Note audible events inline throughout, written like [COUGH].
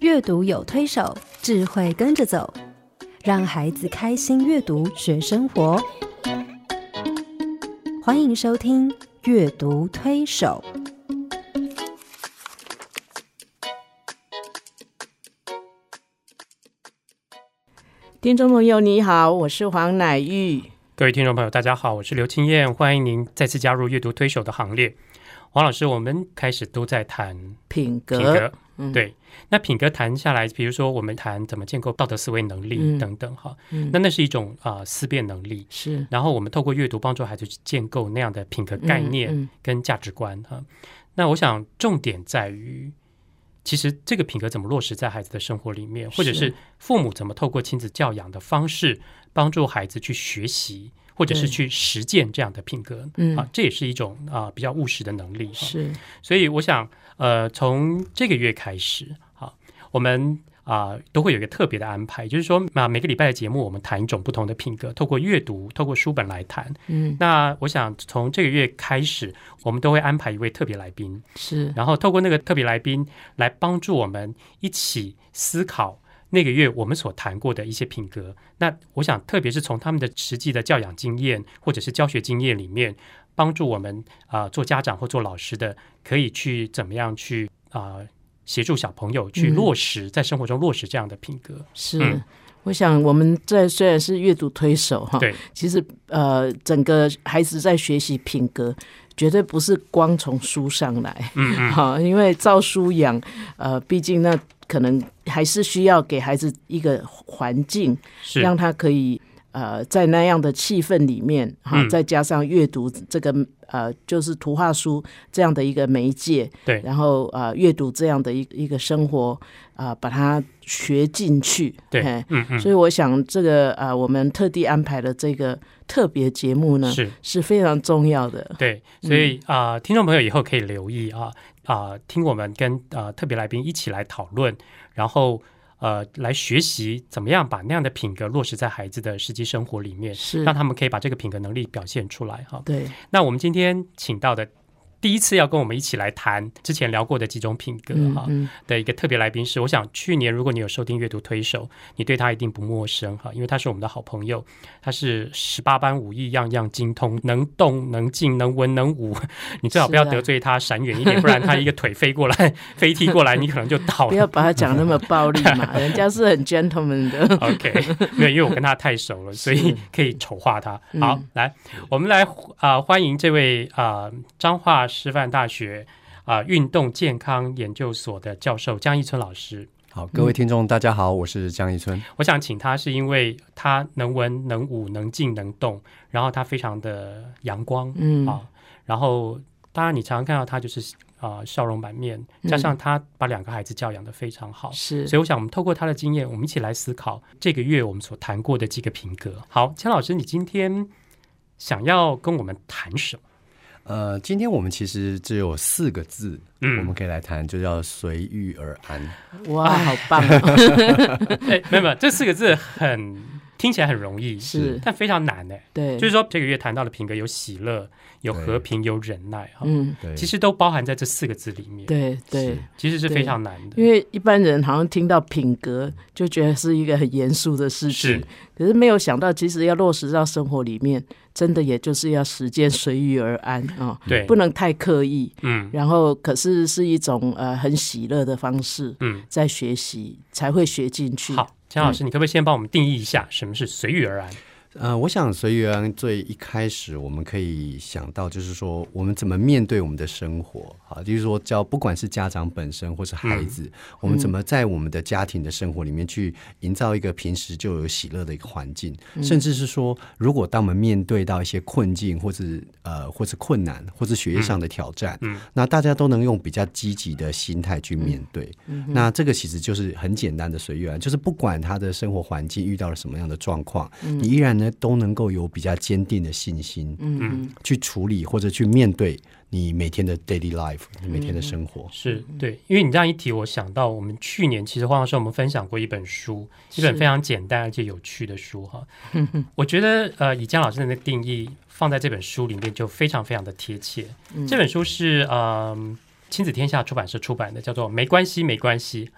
阅读有推手，智慧跟着走，让孩子开心阅读学生活。欢迎收听《阅读推手》。听众朋友，你好，我是黄乃玉。各位听众朋友，大家好，我是刘清燕，欢迎您再次加入阅读推手的行列。黄老师，我们开始都在谈品格，品格，嗯对。那品格谈下来，比如说我们谈怎么建构道德思维能力嗯等等，哈、嗯那那是一种啊、呃思辨能力。是然后我们透过阅读帮助孩子去建构那样的品格概念嗯跟价值观哈、那我想重点在于，其实这个品格怎么落实在孩子的生活里面，或者是是父母怎么透过亲子教养的方式帮助孩子去学习，或者是对去实践这样的品格。嗯啊，这也是一种啊、比较务实的能力。哈是所以我想，呃，从这个月开始，好，我们啊、都会有一个特别的安排，就是说，啊，每个礼拜的节目我们谈一种不同的品格，透过阅读，透过书本来谈。嗯那我想从这个月开始，我们都会安排一位特别来宾，是然后透过那个特别来宾来帮助我们一起思考。那个月我们所谈过的一些品格，那我想，特别是从他们的实际的教养经验或者是教学经验里面，帮助我们啊、做家长或做老师的，可以去怎么样去啊、协助小朋友去嗯落实、在生活中落实这样的品格。是、嗯我想我们在虽然是阅读推手哈，对，其实呃，整个孩子在学习品格，绝对不是光从书上来，嗯 [LAUGHS] 嗯，哈、因为照书养，呃，毕竟那可能还是需要给孩子一个环境，是让他可以呃在那样的气氛里面哈，嗯再加上阅读这个呃就是图画书这样的一个媒介，对然后呃阅读这样的一一个生活啊、呃把它学进去，对嘿，嗯嗯，所以我想这个呃我们特地安排的这个特别节目呢是。是非常重要的，对，所以嗯啊、听众朋友以后可以留意啊啊、听我们跟啊特别来宾一起来讨论，然后呃，来学习怎么样把那样的品格落实在孩子的实际生活里面，是让他们可以把这个品格能力表现出来哈。对，那我们今天请到的第一次要跟我们一起来谈之前聊过的几种品格嗯哈、嗯，的一个特别来宾是，我想去年如果你有收听阅读推手，你对他一定不陌生哈，因为他是我们的好朋友，他是十八般武艺，样样精通，能动能静能文能武， [LAUGHS] 你最好不要是啊得罪他，闪远一点，不然他一个腿飞过来， [LAUGHS] 飞踢过来，你可能就倒不要了。把它讲那么暴力 [LAUGHS] 嘛，人家是很 gentleman 的， OK，没有，因为我跟他太熟了，所以可以丑化他。好，嗯来，我们来啊、欢迎这位啊、彰化师范大学啊、运动健康研究所的教授江一春老师。好，各嗯位听众，大家好，我是江一春。我想请他是因为他能文能武能静能动，然后他非常的阳光、嗯，啊，然后当然你常常看到他就是啊、笑容满面，嗯加上他把两个孩子教养的非常好。是，所以我想，我们透过他的经验，我们一起来思考这个月我们所谈过的几个品格。好，钱老师，你今天想要跟我们谈什么？ [LAUGHS] 呃，今天我们其实只有四个字，我们嗯，可以来谈，就叫随遇而安。哇，好棒、 [LAUGHS] 哦，哎，没有没有，这四个字很听起来很容易，是但非常难呢。对，就是说，这个月谈到的品格有喜乐，有对和平，有忍耐哈。嗯，对，其实都包含在这四个字里面，对对是，其实是非常难的。因为一般人好像听到品格就觉得是一个很严肃的事情是，可是没有想到，其实要落实到生活里面，真的也就是要时间随遇而安啊、对，不能太刻意。嗯然后，可是是一种呃很喜乐的方式，嗯，在学习才会学进去。好，江老师，嗯你可不可以先帮我们定义一下什么是随遇而安？呃，我想随遇而安最一开始，我们可以想到就是说，我们怎么面对我们的生活，好，就是说教不管是家长本身或是孩子，我们怎么在我们的家庭的生活里面去营造一个平时就有喜乐的一个环境，甚至是说，如果当我们面对到一些困境或是呃或是困难或是学业上的挑战，那大家都能用比较积极的心态去面对。那这个其实就是很简单的随遇而安，就是不管他的生活环境遇到了什么样的状况，你依然呢都能够有比较坚定的信心，嗯，去处理或者去面对你每天的 daily life，你每天的生活。嗯是对，因为你这样一提，我想到我们去年其实黄老师我们分享过一本书，一本是非常简单而且有趣的书哈。我觉得呃，以江老师的那个定义放在这本书里面就非常非常的贴切。这本书是嗯、亲子天下出版社出版的，叫做《没关系，没 [LAUGHS] 关系》。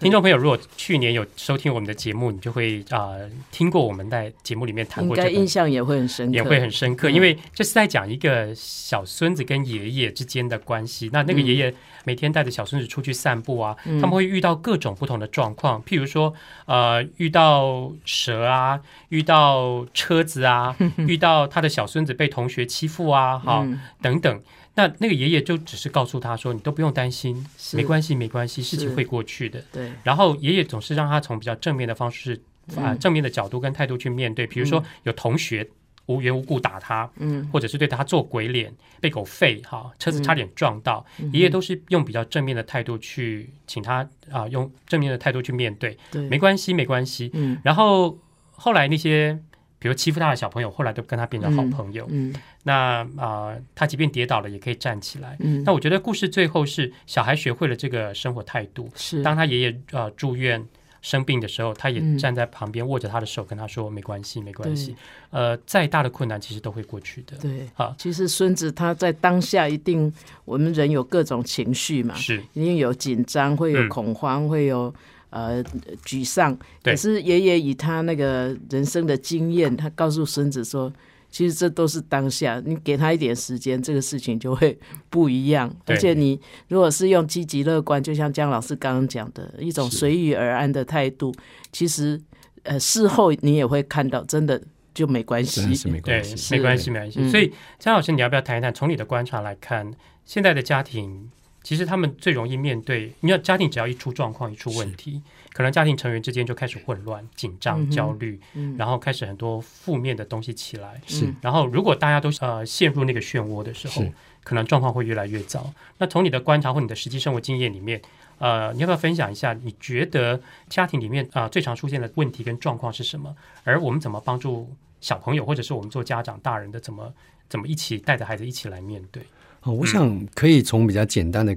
听众朋友，如果去年有收听我们的节目，你就会啊、呃听过我们在节目里面谈应过这该印本。象也会很深刻，也会很深刻，嗯因为这是在讲一个小孙子跟爷爷之间的关系。那那嗯个爷爷每天带着小孙子出去散步啊，他们会遇到各种不同的状况，譬如说，呃，遇到蛇啊，遇到车子啊， [LAUGHS] 遇到他的小孙子被同学欺负啊，哈、嗯等等。那那个爷爷就只是告诉他说：“你都不用担心，是没关系，没关系，事情是会过去的。”对，然后爷爷总是让他从比较正面的方式啊、嗯正面的角度跟态度去面对，比如说有同学无缘无故打他，嗯，或者是对他做鬼脸、被狗吠哈，车子差点撞到，嗯爷爷都是用比较正面的态度去请他啊、用正面的态度去面对，对，没关系，没关系。嗯然后后来那些比如欺负他的小朋友，后来都跟他变成好朋友。嗯那啊、他即便跌倒了，也可以站起来。嗯，那我觉得故事最后是小孩学会了这个生活态度，是当他爷爷呃住院生病的时候，他也嗯站在旁边握着他的手，跟他说：“没关系，没关系，呃，再大的困难其实都会过去的。对好。其实孙子他在当下一定，我们人有各种情绪嘛”，是，一定有紧张，会有嗯恐慌，会有呃沮丧。对可是爷爷以他那个人生的经验，他告诉孙子说，其实这都是当下，你给他一点时间，这个事情就会不一样。对而且你如果是用积极乐观，就像姜老师刚刚讲的一种是随遇而安的态度，其实呃事后你也会看到，真的就没关系真的。是没对关系，，没关系，没关嗯系。所以，张老师，你要不要谈一谈？从你的观察来看，现在的家庭其实他们最容易面对，你看家庭只要一出状况、一出问题，可能家庭成员之间就开始混乱、紧张、嗯哼焦虑，嗯然后开始很多负面的东西起来。是然后，如果大家都呃陷入那个漩涡的时候是，可能状况会越来越糟。那从你的观察或你的实际生活经验里面，呃，你要不要分享一下？你觉得家庭里面啊、呃最常出现的问题跟状况是什么？而我们怎么帮助小朋友，或者是我们做家长、大人的怎么怎么一起带着孩子一起来面对？好，哦我想可以从比较简单的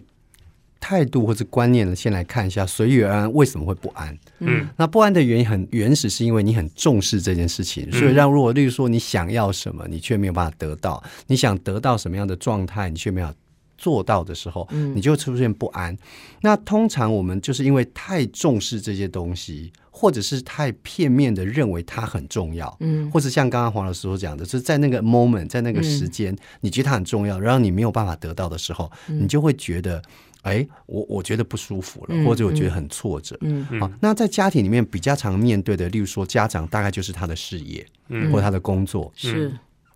态度或者观念呢，先来看一下随遇而安为什么会不安。嗯，那不安的原因很原始，是因为你很重视这件事情，嗯所以让如果例如说你想要什么，你却没有办法得到；你想得到什么样的状态，你却没有。做到的时候，嗯你就会出现不安。那通常我们就是因为太重视这些东西，或者是太片面的认为它很重要，嗯，或者像刚刚黄老师所讲的，就是在那个 moment，在嗯那个时间，你觉得它很重要，然后你没有办法得到的时候，你就会觉得，哎，我我觉得不舒服了，嗯或者我觉得很挫折，嗯好，哦那在家庭里面比较常面对的，例如说家长大概就是他的事业，嗯或他的工作。是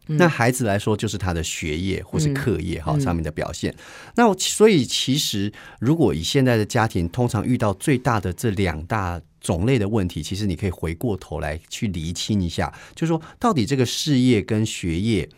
那孩子来说，就是他的学业或是课业哈、上面的表现。那我所以其实，如果以现在的家庭，通常遇到最大的这两大种类的问题，其实你可以回过头来去厘清一下，就是说到底这个事业跟学业，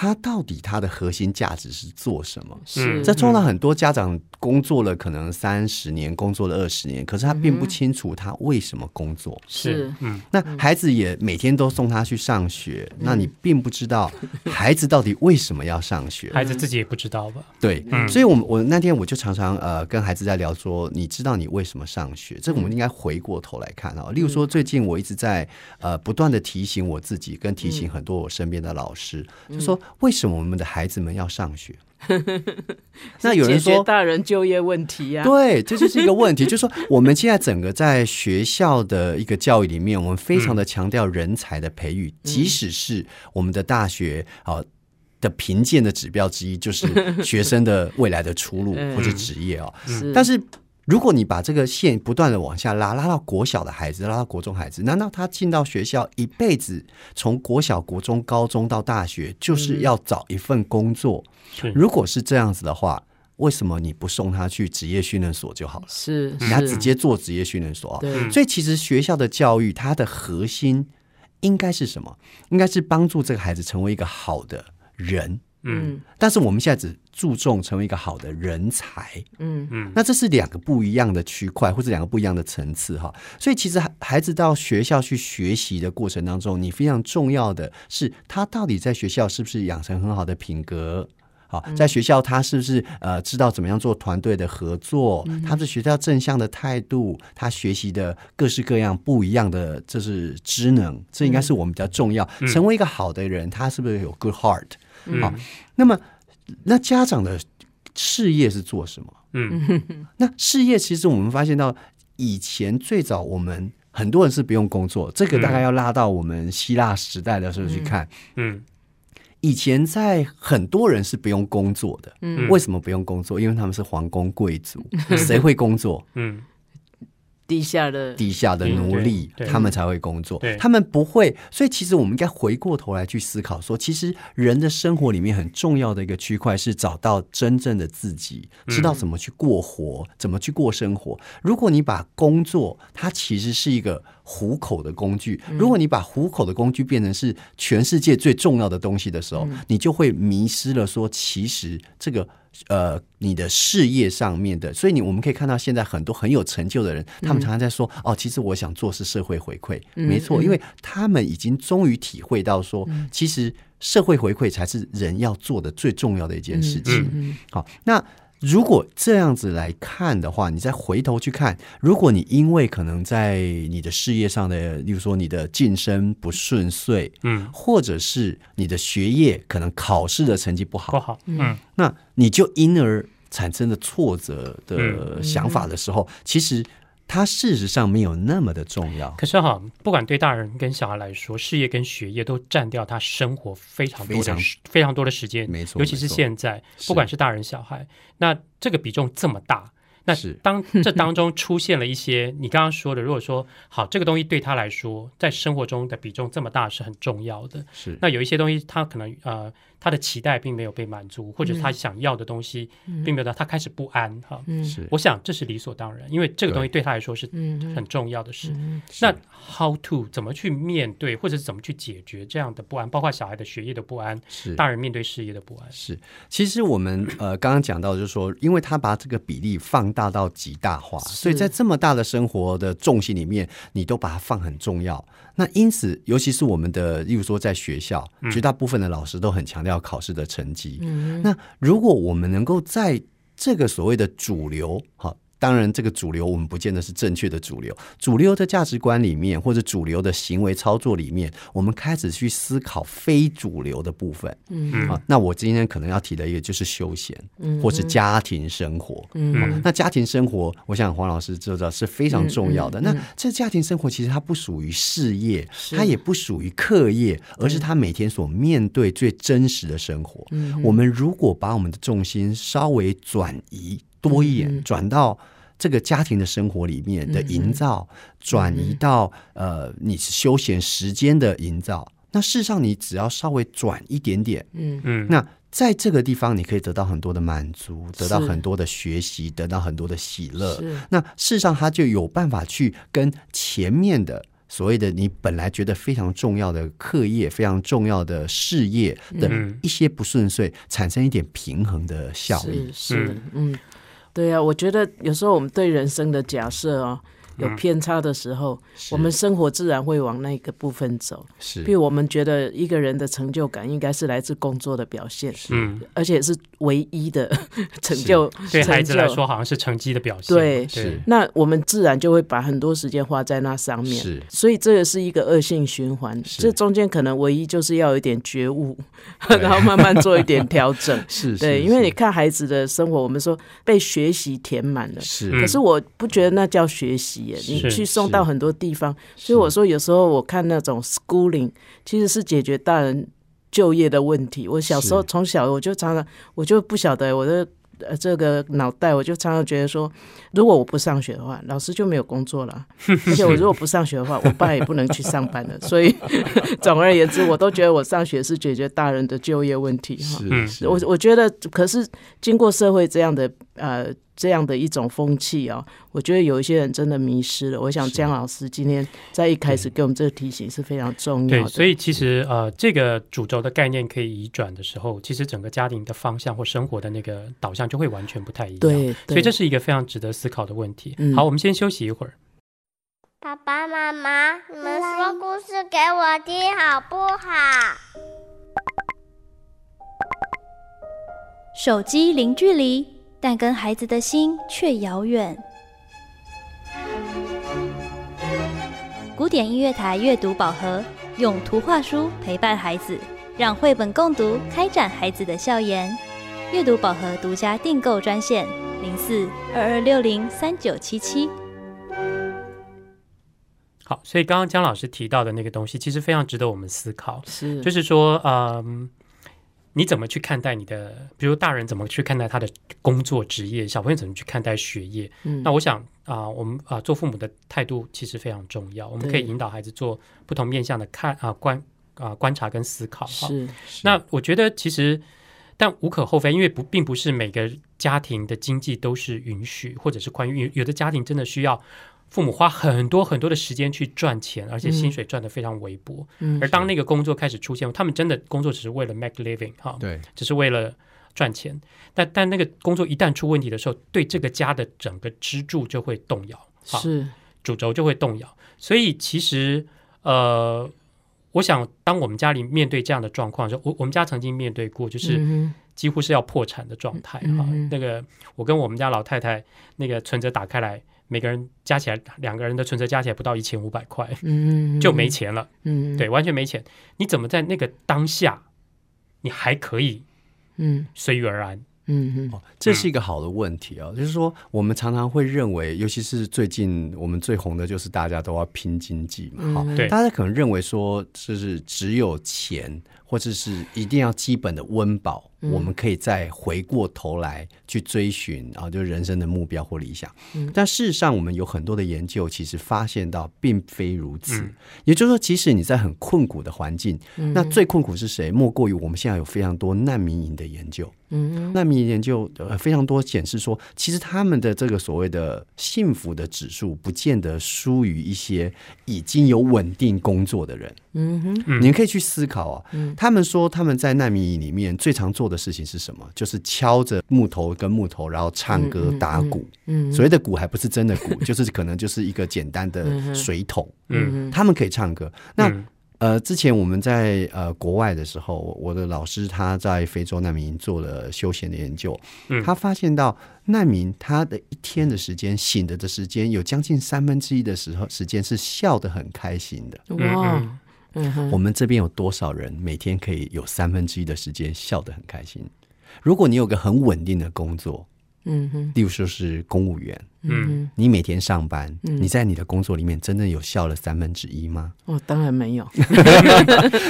它到底它的核心价值是做什么？是，嗯这通常很多家长工作了可能三十年，工作了二十年，可是他并不清楚他为什么工作。是嗯，那孩子也每天都送他去上学，那你并不知道孩子到底为什么要上 [LAUGHS] 学。孩子嗯自己也不知道吧？对，所以我们我那天我就常常呃跟孩子在聊说，你知道你为什么上学？这个我们应该回过头来看嗯哦。例如说，最近我一直在呃不断的提醒我自己，跟提嗯醒很多我身边的老师，就说为什么我们的孩子们要上学？ [LAUGHS] 那有解人决说大人就业问题啊呀、对，这就是一个问题，就是说我们现在整个在学校的一个教育里面，我们非常的强调人才的培育，嗯即使是我们的大学啊。呃的评鉴的指标之 [LAUGHS] 一就是学生的未来的出路嗯或者职业哦，嗯是，但是是如果你把这个线不断的往下拉，拉到国小的孩子，拉到国中孩子，难道他进到学校一辈子，从国小、国中、高中到大学，嗯就是要找一份工作？是如果是这样子的话，为什么你不送他去职业训练所就好了？是他直接做职业训练所啊、嗯对，嗯所以其实学校的教育，它的核心应该是什么？应该是帮助这个孩子成为一个好的人。嗯但是我们现在只注重成为一个好的人才，嗯那这是两个不一样的区块，或者两个不一样的层次哈。所以其实孩孩子到学校去学习的过程当中，你非常重要的是他到底在学校是不是养成很好的品格。好，在学校他是不是呃知道怎么样做团队的合作？他是学校正向的态度，他学习的各式各样不一样的就是职能，这应该是我们比较重要。成为一个好的人，他是不嗯是有 good heart？好、那么那家长的事业是做什么？嗯那事业其实我们发现到，以前最早我们很多人是不用工作，这个大概要拉到我们希腊时代的时候去看。嗯以前在很多人是不用工作的，嗯为什么不用工作？因为他们是皇宫贵 [LAUGHS] 族，谁会工作？嗯地下的地下的奴隶对，对他们才会工作对，他们不会。所以其实我们应该回过头来去思考说，其实人的生活里面很重要的一个区块是找到真正的自己，嗯知道怎么去过活，怎么去过生活。如果你把工作，它其实是一个糊口的工具，如果你把糊口的工具变成是全世界最重要的东西的时候，你就会迷失了说，其实这个。呃，你的事业上面的，所以你我们可以看到现在很多很有成就的人，他们常常在说、哦，其实我想做是社会回馈，没错，因为他们已经终于体会到说，其实社会回馈才是人要做的最重要的一嗯件事情。好，那。如果这样子来看的话，你再回头去看，如果你因为可能在你的事业上的，例如说你的晋升不顺遂，嗯，或者是你的学业可能考试的成绩不好不，好，嗯那你就因而产生了挫折的想法的时候，其实它事实上没有那么的重要，可是哈，不管对大人跟小孩来说，事业跟学业都占掉他生活非常多非的常时非常多的时间，没错尤其是没错现在，是不管是大人小孩，那这个比重这么大。那是当这当中出现了一些你刚刚说的，如果说好这个东西对他来说，在生活中的比重这么大是很重要的，是那有一些东西，他可能呃，他的期待并没有被满足，或者他想要的东西并没有到，他开始不安哈。是我想这是理所当然，因为这个东西对他来说是很重要的事。那 how to 怎么去面对，或者是怎么去解决这样的不安，包括小孩的学业的不安，是大人面对事业的不安。是，其实我们呃刚刚讲到，就是说，因为他把这个比例放大到极大化，所以在这么大的生活的重心里面，你都把它放很重要。那因此，尤其是我们的，例如说在学校，绝大部分的老师都很强调考试的成绩。那如果我们能够在这个所谓的主流，好。当然，这个主流我们不见得是正确的主流。主流的价值观里面，或者主流的行为操作里面，我们开始去思考非主流的部分。嗯啊，那我今天可能要提的一个就是休闲，或是家庭生活。嗯那家庭生活，我想黄老师知道是非常重要嗯的。那这家庭生活其实它不属于事业，它也不属于课业，而是他每天所面对最真实的生活。嗯嗯我们如果把我们的重心稍微转移多嗯一点，转到。这个家庭的生活里面的营造，转嗯移到呃你休闲时间的营造，那事实上你只要稍微转一点点，嗯那在这个地方，你可以得到很多的满足，是得到很多的学习，得到很多的喜乐。是那事实上，他就有办法去跟前面的所谓的你本来觉得非常重要的课业、非常重要的事业的嗯一些不顺遂，产生一点平衡的效益。是是的，嗯，对啊，我觉得有时候我们对人生的假设哦嗯有偏差的时候，我们生活自然会往那个部分走。是譬如我们觉得一个人的成就感应该是来自工作的表现，嗯，而且是唯一的成就。对成孩子来就说好像是成绩的表现。对是那我们自然就会把很多时间花在那上面，是所以这个是一个恶性循环。是这中间可能唯一就是要有一点觉悟， [LAUGHS] 对。然后慢慢做一点调整 [LAUGHS] 是，对，是因为你看孩子的生活，我们说被学习填满了，是可是是我不觉得那叫学习耶。是你去送是到很多地方，所以我说有时候我看那种 schooling，其实是解决大人就业的问题。我小时候是从小我就常常我就不晓得我的。呃，这个脑袋我就常常觉得说，如果我不上学的话，老师就没有工作了。而且我如果不上学的话，我爸也不能去上班了。所以， [LAUGHS] 总而言之，我都觉得我上学是解决大人的就业问题哈。是嗯是，我我觉得，可是经过社会这样的呃这样的一种风气哦，我觉得有一些人真的迷失了。我想姜老师今天在一开始给我们这个提醒是非常重要对，嗯的。所以其实呃，这个主轴的概念可以移转的时候，其实整个家庭的方向或生活的那个导向就会完全不太一样。对，所以这对是一个非常值得思考的问题。嗯好，我们先休息一会儿。爸爸妈妈，你们说故事给我听好不好？手机零距离，但跟孩子的心却遥远。古典音乐台阅读宝盒，用图画书陪伴孩子，让绘本共读开展孩子的笑颜。阅读宝盒独家订购专线零四二二六零三九七七。好，所以刚刚姜老师提到的那个东西，其实非常值得我们思考。是就是说，嗯，你怎么去看待你的，比如大人怎么去看待他的工作职业，小朋友怎么去看待学业？嗯那我想啊、我们啊、做父母的态度其实非常重要，我们对可以引导孩子做不同面向的看啊、观啊、观察跟思考。哈是那我觉得其实，但无可厚非，因为不并不是每个家庭的经济都是允许或者是宽裕，有有的家庭真的需要父母花很多很多的时间去赚钱，而且薪水赚得非常微薄。嗯而当那个工作开始出现，他们真的工作只是为了 make living 哈、对，只是为了赚钱。但但那个工作一旦出问题的时候，对这个家的整个支柱就会动摇。哈是主轴就会动摇。所以其实呃，我想当我们家里面对这样的状况的时候，我我们家曾经面对过，就是嗯几乎是要破产的状态嗯哈、嗯那个我跟我们家老太太那个存折打开来，每个人加起来两个人的存折加起来不到一千五百块，嗯就没钱了，嗯对，完全没钱。你怎么在那个当下，你还可以嗯随遇而安？嗯嗯哦，这是一个好的问题哦，就是说我们常常会认为，尤其是最近我们最红的就是大家都要拼经济嘛，哈、嗯对大家可能认为说，就是只有钱或者是一定要基本的温饱，嗯我们可以再回过头来去追寻啊，就是人生的目标或理想。嗯但事实上，我们有很多的研究其实发现到，并非如此。嗯也就是说，即使你在很困苦的环境，那最困苦是谁？莫过于我们现在有非常多难民营的研究。嗯那民营研究呃非常多显示说，其实他们的这个所谓的幸福的指数，不见得输于一些已经有稳定工作的人。嗯哼嗯你们可以去思考啊。他们说他们在难民营里面最常做的事情是什么？就是敲着木头跟木头，然后唱歌嗯嗯打鼓。嗯所谓的鼓还不是真的鼓， [LAUGHS] 就是可能就是一个简单嗯的水桶。嗯，他们可以唱歌。那嗯呃，之前我们在呃国外的时候，我我的老师他在非洲难民营做了休闲的研究，嗯他发现到难民他的一天的时间醒着的时间有将近三分之一的时候时间是笑得很开心的。哇嗯哼我们这边有多少人每天可以有三分之一的时间笑得很开心？如果你有个很稳定的工作，嗯哼例如说是公务员，嗯你每天上班，嗯你在你的工作里面真的有笑了三分之一吗？哦，当然没 [LAUGHS] 有，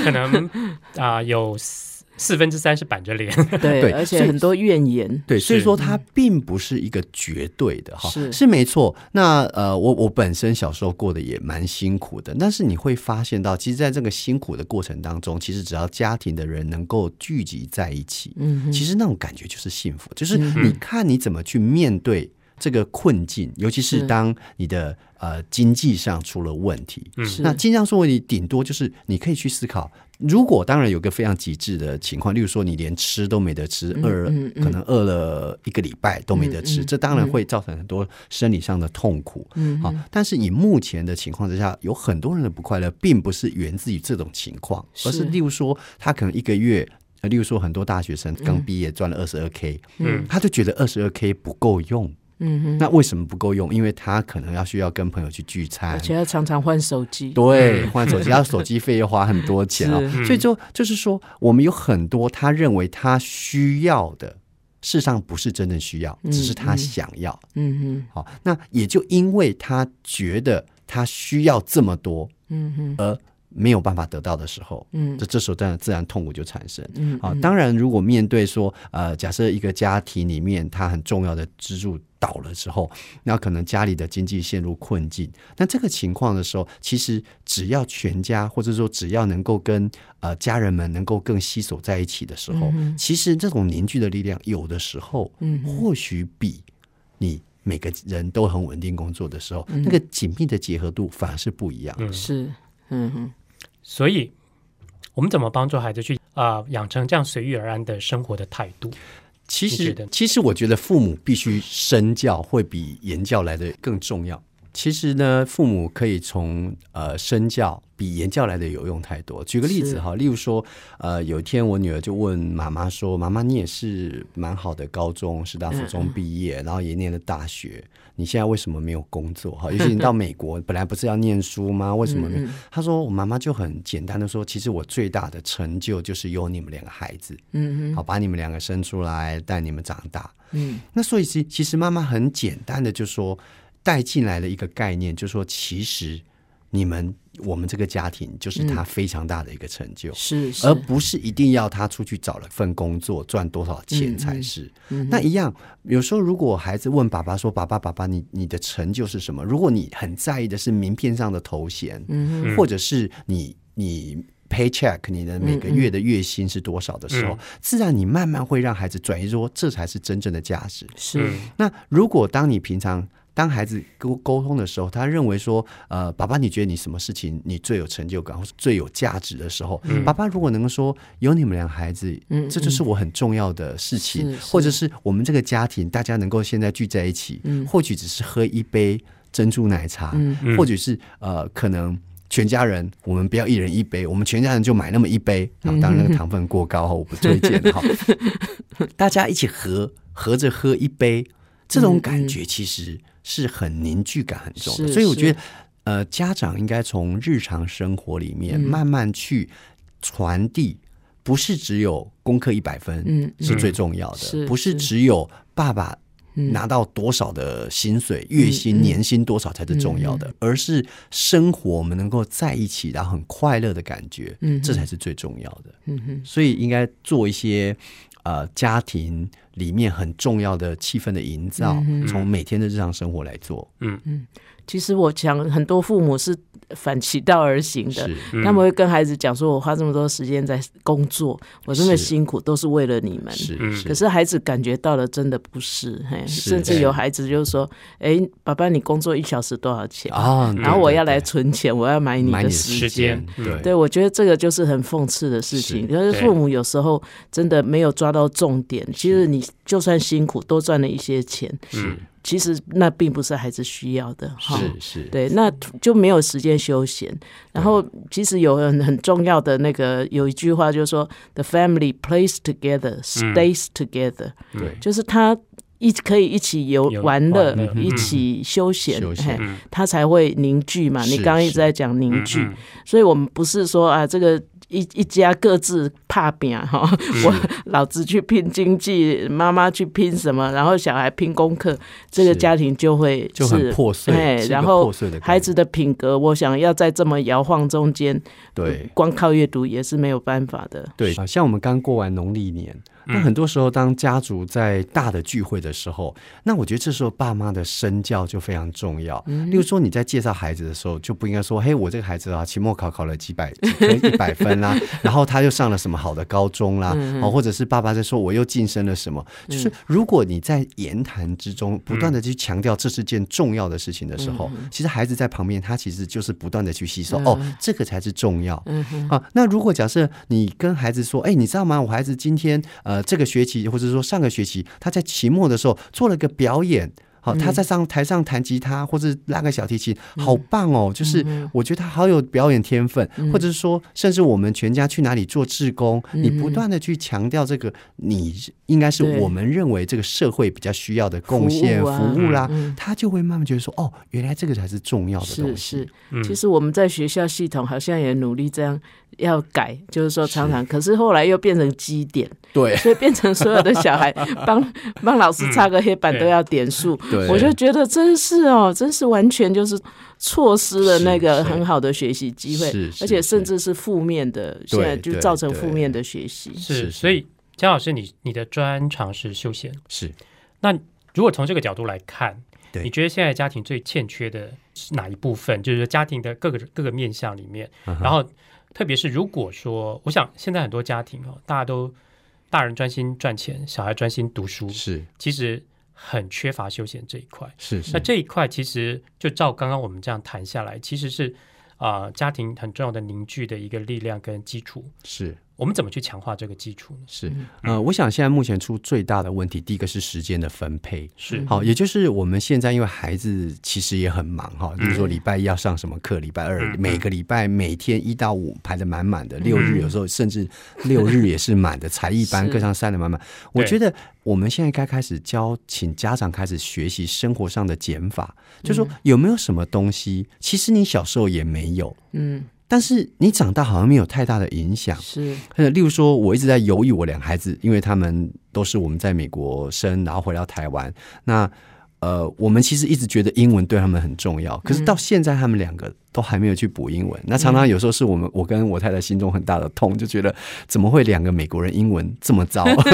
可能啊、有四四分之三是板着脸，对，对而且所以很多怨言，对，所以是说它并不是一个绝对的哈，是没错。那呃，我我本身小时候过得也蛮辛苦的，但是你会发现到，其实在这个辛苦的过程当中，其实只要家庭的人能够聚集在一起，嗯哼其实那种感觉就是幸福，就是你看你怎么去面对这个困境，尤其是嗯是当你的呃经济上出了问题，是那经常说你顶多就是你可以去思考，如果当然有个非常极致的情况，例如说你连吃都没得吃，饿了、嗯嗯可能饿了一个礼拜都没得吃，嗯嗯这当然会造成很多生理上的痛苦。嗯好、但是以目前的情况之下，有很多人的不快乐并不是源自于这种情况，而是是例如说他可能一个月。呃例如说，很多大学生嗯刚毕业赚了二十二 k，嗯他就觉得二十二 k 不够用。嗯哼，那为什么不够用？因为他可能要需要跟朋友去聚餐，而且要常常换手机，哎对，换手机，他手机费又花很多钱哦， [LAUGHS] 是所以就就是说，我们有很多他认为他需要的，事实上不是真正需要，嗯只是他想要。嗯哼好、那也就因为他觉得他需要这么多，嗯哼没有办法得到的时候，嗯呃这这时候当然自然痛苦就产生。嗯好、啊当然如果面对说，呃，假设一个家庭里面他很重要的支柱倒了之后，那可能家里的经济陷入困境。那这个情况的时候，其实只要全家或者说只要能够跟呃家人们能够更携手在一起的时候，其实这种凝聚的力量，有的时候，嗯或许比你。每个人都很稳定工作的时候，嗯那个紧密的结合度反而是不一样的。是嗯哼所以，我们怎么帮助孩子去啊、呃养成这样随遇而安的生活的态度？其你觉实得呢，其实我觉得父母必须身教会比言教来的更重要。其实呢，父母可以从呃身教比言教来的有用太多。举个例子是哈，例如说，呃，有一天我女儿就问妈妈说：“妈妈，你也是蛮好的高中，师大附嗯中毕业，然后也念了大学，你现在为什么没有工作？哈，尤其 [LAUGHS] 你到美国，本来不是要念书吗？为什么嗯没有？”她说：“我妈妈就很简单的说，其实我最大的成就就是有你们两个孩子，嗯好把你们两个生出来，带你们长大。”嗯那所以其其实妈妈很简单的就说带进来了一个概念，就说其实你们我们这个家庭就是他非常大的一个成就。是嗯是而不是一定要他出去找了份工作赚多少钱才是。嗯那一样，有时候如果孩子问爸爸说：“爸爸，爸爸，你你的成就是什么？”如果你很在意的是名片上的头衔，嗯哼或者是你你。paycheck，你的每个嗯月的月薪是多少的时候，嗯自然你慢慢会让孩子转移说，这才是真正的价值。是那如果当你平常当孩子沟沟通的时候，他认为说，呃，爸爸，你觉得你什么事情你最有成就感，或是最有价值的时候，爸爸如果能够说有你们俩孩子，嗯这就是我很重要的事情，是是或者是我们这个家庭大家能够现在聚在一起，嗯或许只是喝一杯珍珠奶茶，嗯或者是呃，可能。全家人，我们不要一人一杯，我们全家人就买那么一杯。啊嗯当然，那个糖分过高哈，我不推荐 [LAUGHS] 哈。大家一起合合着喝一杯，这种感觉其实是很凝聚感很重的。嗯是所以我觉得，呃，家长应该从日常生活里嗯面慢慢去传递，不是只有功课一百分、嗯是最重要的，是不是是只有爸爸。嗯拿到多少的薪水，月薪、年薪多少才是重要的，嗯而是生活我们能够在一起，然后很快乐的感觉，嗯这才是最重要的。嗯哼所以应该做一些呃家庭里面很重要的气氛的营造，嗯从每天的日常生活来做。其实我想很多父母是反其道而行的是，嗯他们会跟孩子讲说：“我花这么多时间在工作，我这么是辛苦，都是为了你们。”是可是是孩子感觉到了，真的不是，嘿，是甚至是有孩子就说：“哎，爸爸，你工作一小时多少钱？啊，对然后我对要来对存钱，我要买你买的你的时时间嗯对对，我觉得这个就是很讽刺的事情，就是是对父母有时候真的没有抓到重点。其实你就算辛苦多赚了一些钱，嗯其实那并不是孩子需要的哈。是是，对，那就没有时间休闲。然后，其实有很很重要的那个有一句话，就是说，the family plays together, stays together，、对就是他一可以一起游有玩乐玩乐，一起休闲，休闲嘿他才会凝聚嘛。你是刚刚一是直在讲凝聚，嗯所以我们不是说啊，这个一一家各自怕饼哈，嗯我老子去拼经济，妈妈去拼什么，然后小孩拼功课，这个是家庭就会就很是破碎哎是，一个然后破碎的概念孩子的品格，我想要在这么摇晃中间，对。光靠阅读也是没有办法的。对，啊像我们刚过完农历年，那很多时候当家族在大的聚会的时候，那我觉得这时候爸妈的身教就非常重要。例如说你在介绍孩子的时候，就不应该说：“嘿，我这个孩子啊，期末考考了几百几分一百分啦、然后他又上了什么好的高中啦、哦，或者是爸爸在说我又晋升了什么。”就是如果你在言谈之中不断的去强调这是件重要的事情的时候，其实孩子在旁边，他其实就是不断的去吸收、哦，这个才是重要。啊，那如果假设你跟孩子说，哎，你知道吗？我孩子今天呃这个学期或者说上个学期，他在期末的时候做了个表演。好，嗯他在上台上弹吉他或者拉个小提琴，好棒哦！嗯就是我觉得他好有表演天分，或者是说，甚至我们全家去哪里做志工，你不断的去强调这个，你应该是嗯对我们认为这个社会比较需要的贡献服务服啊务啦嗯，他就会慢慢觉得说，哦，原来这个才是重要的东是西是。，其实我们在学校系统好像也努力这样要改，就是说常常，可是后来又变成基点，对，所以变成所有的小 [LAUGHS] 孩帮帮老师擦个黑板都要点数对，我就觉得真是哦，真是完全就是错失了那是个是很好的学习机会是，是而且甚至是负面的，现在就对造成负对面的学习。是，是是所以江老师，你你的专长是休闲。是那如果从这个角度来看，对你觉得现在家庭最欠缺的是哪一部分？就是家庭的各个各个面向里面，嗯然后特别是如果说，我想现在很多家庭哦，大家都大人专心赚钱，小孩专心读书，是嗯其实很缺乏休闲这一块。是是那这一块其实就照刚刚我们这样谈下来，其实是啊、呃家庭很重要的凝聚的一个力量跟基础。是我们怎么去强化这个基础呢？是，呃，我想现在目前出最大的问题，第一个是时间的分配。是好，也就是我们现在因为孩子其实也很忙哈，比如说礼拜一要上什么课，礼拜二每个礼拜每天一到五排的满满的，六日有时候甚至六日也是满的，才艺班是各上三的满满。我觉得我们现在该开始教，请家长开始学习生活上的减法，就说有没有什么东西，其实你小时候也没有，嗯，但是你长大好像没有太大的影响。是呃，例如说，我一直在犹豫我两个孩子，因为他们都是我们在美国生，然后回到台湾。那呃，我们其实一直觉得英文对他们很重要，嗯可是到现在他们两个都还没有去补英文。那常常有时候是我们我跟我太太心中很大的痛，就觉得怎么会两个美国人英文这么糟？ [LAUGHS]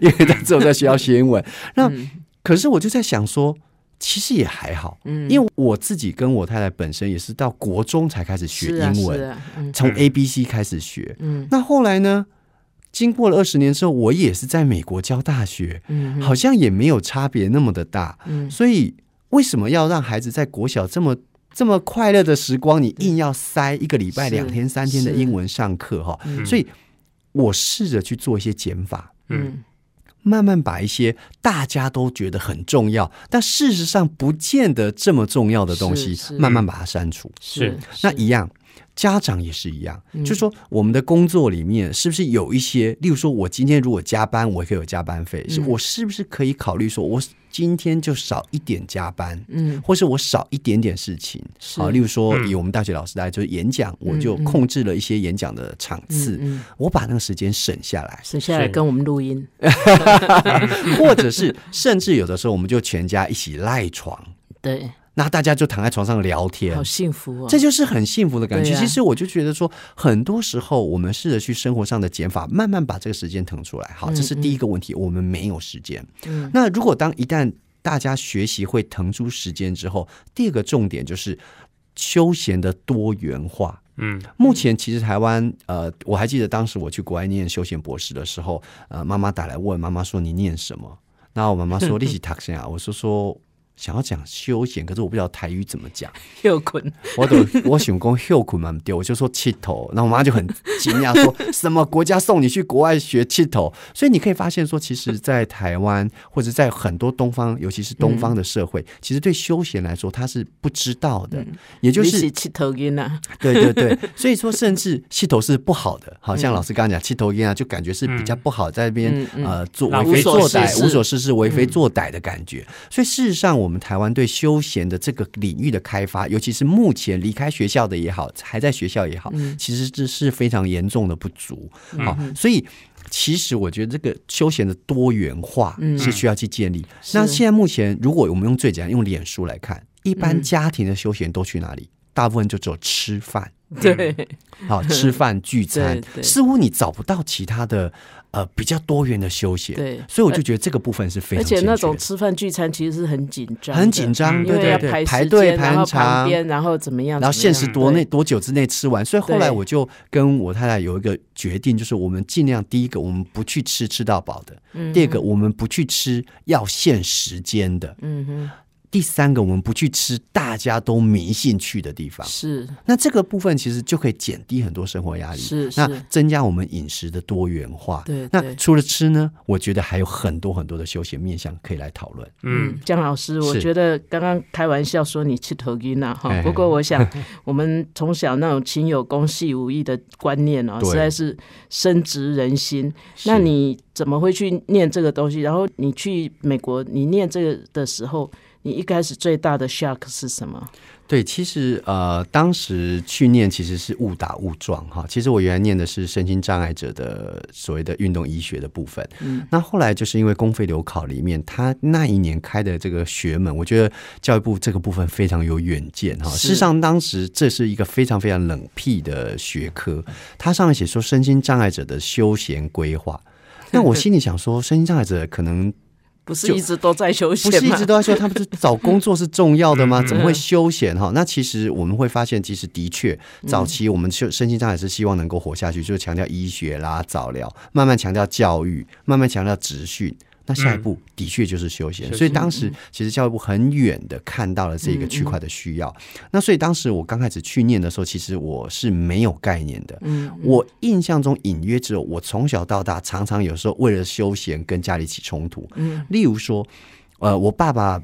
因为他只有在学校学英文。那、嗯可是我就在想说。其实也还好，嗯，因为我自己跟我太太本身也是到国中才开始学是啊英文，是啊，嗯从 A、B、C 开始学。嗯那后来呢？经过了二十年之后，我也是在美国教大学，嗯好像也没有差别那么的大。嗯所以为什么要让孩子在国小这么这么快乐的时光，你硬要塞一个礼拜是两天三天的是英文上课哈？嗯所以我试着去做一些减法，嗯嗯慢慢把一些大家都觉得很重要，但事实上不见得这么重要的东西是，是慢慢把它删除。是那是一样，家长也是一样，嗯就说我们的工作里面是不是有一些，例如说我今天如果加班，我可以有加班费，嗯是我是不是可以考虑说，我今天就少一点加班，嗯或是我少一点点事情，是好，例如说嗯以我们大学老师来就是演讲，我嗯就嗯控制了一些演讲的场次，嗯嗯我把那个时间省下来，省下来是跟我们录音，或者是甚至有的时候我们就全家一起赖床。对，那大家就躺在床上聊天，好幸福哦，这就是很幸福的感觉。对啊其实我就觉得说，很多时候我们试着去生活上的减法，慢慢把这个时间腾出来。好，这是第一个问题，我们没有时间。嗯那如果当一旦大家学习会腾出时间之后，第二个重点就是休闲的多元化。嗯目前其实台湾，呃，我还记得当时我去国外念休闲博士的时候，呃，妈妈打来问，妈妈说你念什么？那我妈妈说你是塔森啊，我说说想要讲休闲，可是我不知道台语怎么讲。又滚，我都我想讲休困嘛对，我就说气头，那我妈就很惊讶说，什么国家送你去国外学气头？所以你可以发现说，其实，在台湾或者在很多东方，尤其是东方的社会，其实对休闲来说，他是不知道的，也就你是是气头晕啊，对对对，所以说甚至气头是不好的，好像老师刚刚讲气头烟啊，就感觉是比较不好，在那边、嗯嗯呃做浪为非费作时歹、间无所事事、为非作歹的感觉。所以事实上，我们台湾对休闲的这个领域的开发，尤其是目前离开学校的也好，还在学校也好，其实这是非常严重的不足。好、所以。其实我觉得这个休闲的多元化是需要去建立。那现在目前，如果我们用最简单用脸书来看，一般家庭的休闲都去哪里？大部分就只有吃饭。对，[LAUGHS] 嗯好，吃饭聚餐对，对似乎你找不到其他的呃比较多元的休闲，对所以我就觉得这个部分是非而常欠且缺那种吃饭聚餐其实是很紧张的，很紧张，因对为对要对，排排时队间，然排后旁长，边，然后怎么样，然后限时多内内多久之内吃完，所以后来对我就跟我太太有一个决定，就是我们尽量第一个我们不去吃吃到饱的，嗯第二个我们不去吃要限时间的，嗯哼，第三个我们不去吃大家都迷信去的地方。是那这个部分其实就可以减低很多生活压力，是那是增加我们饮食的多元化。对那对除了吃呢，我觉得还有很多很多的休闲面向可以来讨论。嗯，江老师，我是哎觉得刚刚开玩笑说你去头晕了嘿哈嘿，不过我 [LAUGHS] 想我们从小那种勤有功、戏无益的观念哦，对实在是深植人心。是那你怎么会去念这个东西？然后你去美国，你念这个的时候，你一开始最大的 shock 是什么？对，其实呃，当时去念其实是误打误撞哈。其实我原来念的是身心障碍者的所谓的运动医学的部分，嗯，那后来就是因为公费留考里面，他那一年开的这个学门，我觉得教育部这个部分非常有远见哈。事是实上，当时这是一个非常非常冷僻的学科，它上面写说身心障碍者的休闲规划。那我心里想说，身心障碍者可能不是就一直都在休不闲是一吗直？都在说他们是找工作是重要的吗？怎么会休闲哈？那其实我们会发现，其实的确，嗯早期我们就身心障碍是希望能够活下去，就是强调医学啦、早疗，慢慢强调教育，慢慢强调职训。那嗯下一步的确就是休闲。休所以闲当时其实教育部很远的看到了嗯这个区块的需要。那所以当时我刚开始去念的时候，其实我是没有概念的。嗯，我印象中隐约只有我从小到大，常常有时候为了休闲跟家里起冲突。嗯，例如说，呃，我爸爸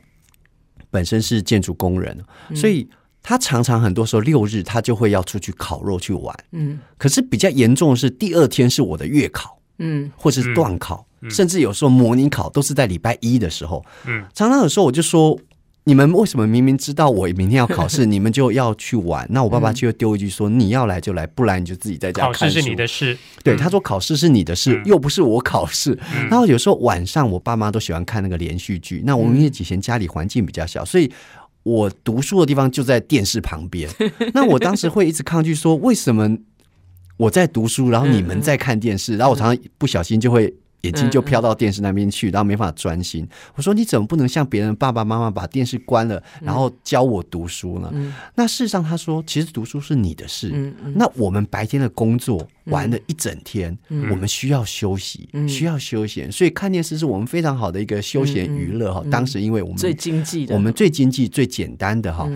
本身是建筑工人，嗯所以他常常很多时候六日他就会要出去烤肉去玩。嗯可是比较严重的是，第二天是我的月考嗯或者是段考，甚至有时候模拟考都是在礼拜一的时候。嗯，常常有时候我就说。你们为什么明明知道我明天要 [LAUGHS] 考试，你们就要去玩？那我爸爸就丢一句说：“你要来就来，不然你就自己在家嗯考看试是书你的事，对，他说考试是你的事，嗯又不是我考试。然后有时候晚上我爸妈都喜欢看那个连续剧，那我嗯们因为以前家里环境比较小，所以。我读书的地方就在电视旁边， [LAUGHS] 那我当时会一直抗拒说，为什么我在读书，然后你们在看电嗯视，然后我常常不小心就会眼睛就飘到电视那边嗯去，然后没办法专心。我说你怎么不能像别人爸爸妈妈把电视关了，嗯然后教我读书呢？那事实上他说，其实读书是你的事，嗯嗯那我们白天的工作玩了一整天，嗯我们需要休息，需要休闲，所以看电视是我们非常好的一个休闲娱乐哈。当时因为我 [LAUGHS] 嗯们最经济的，我们最经济、最简单的哈，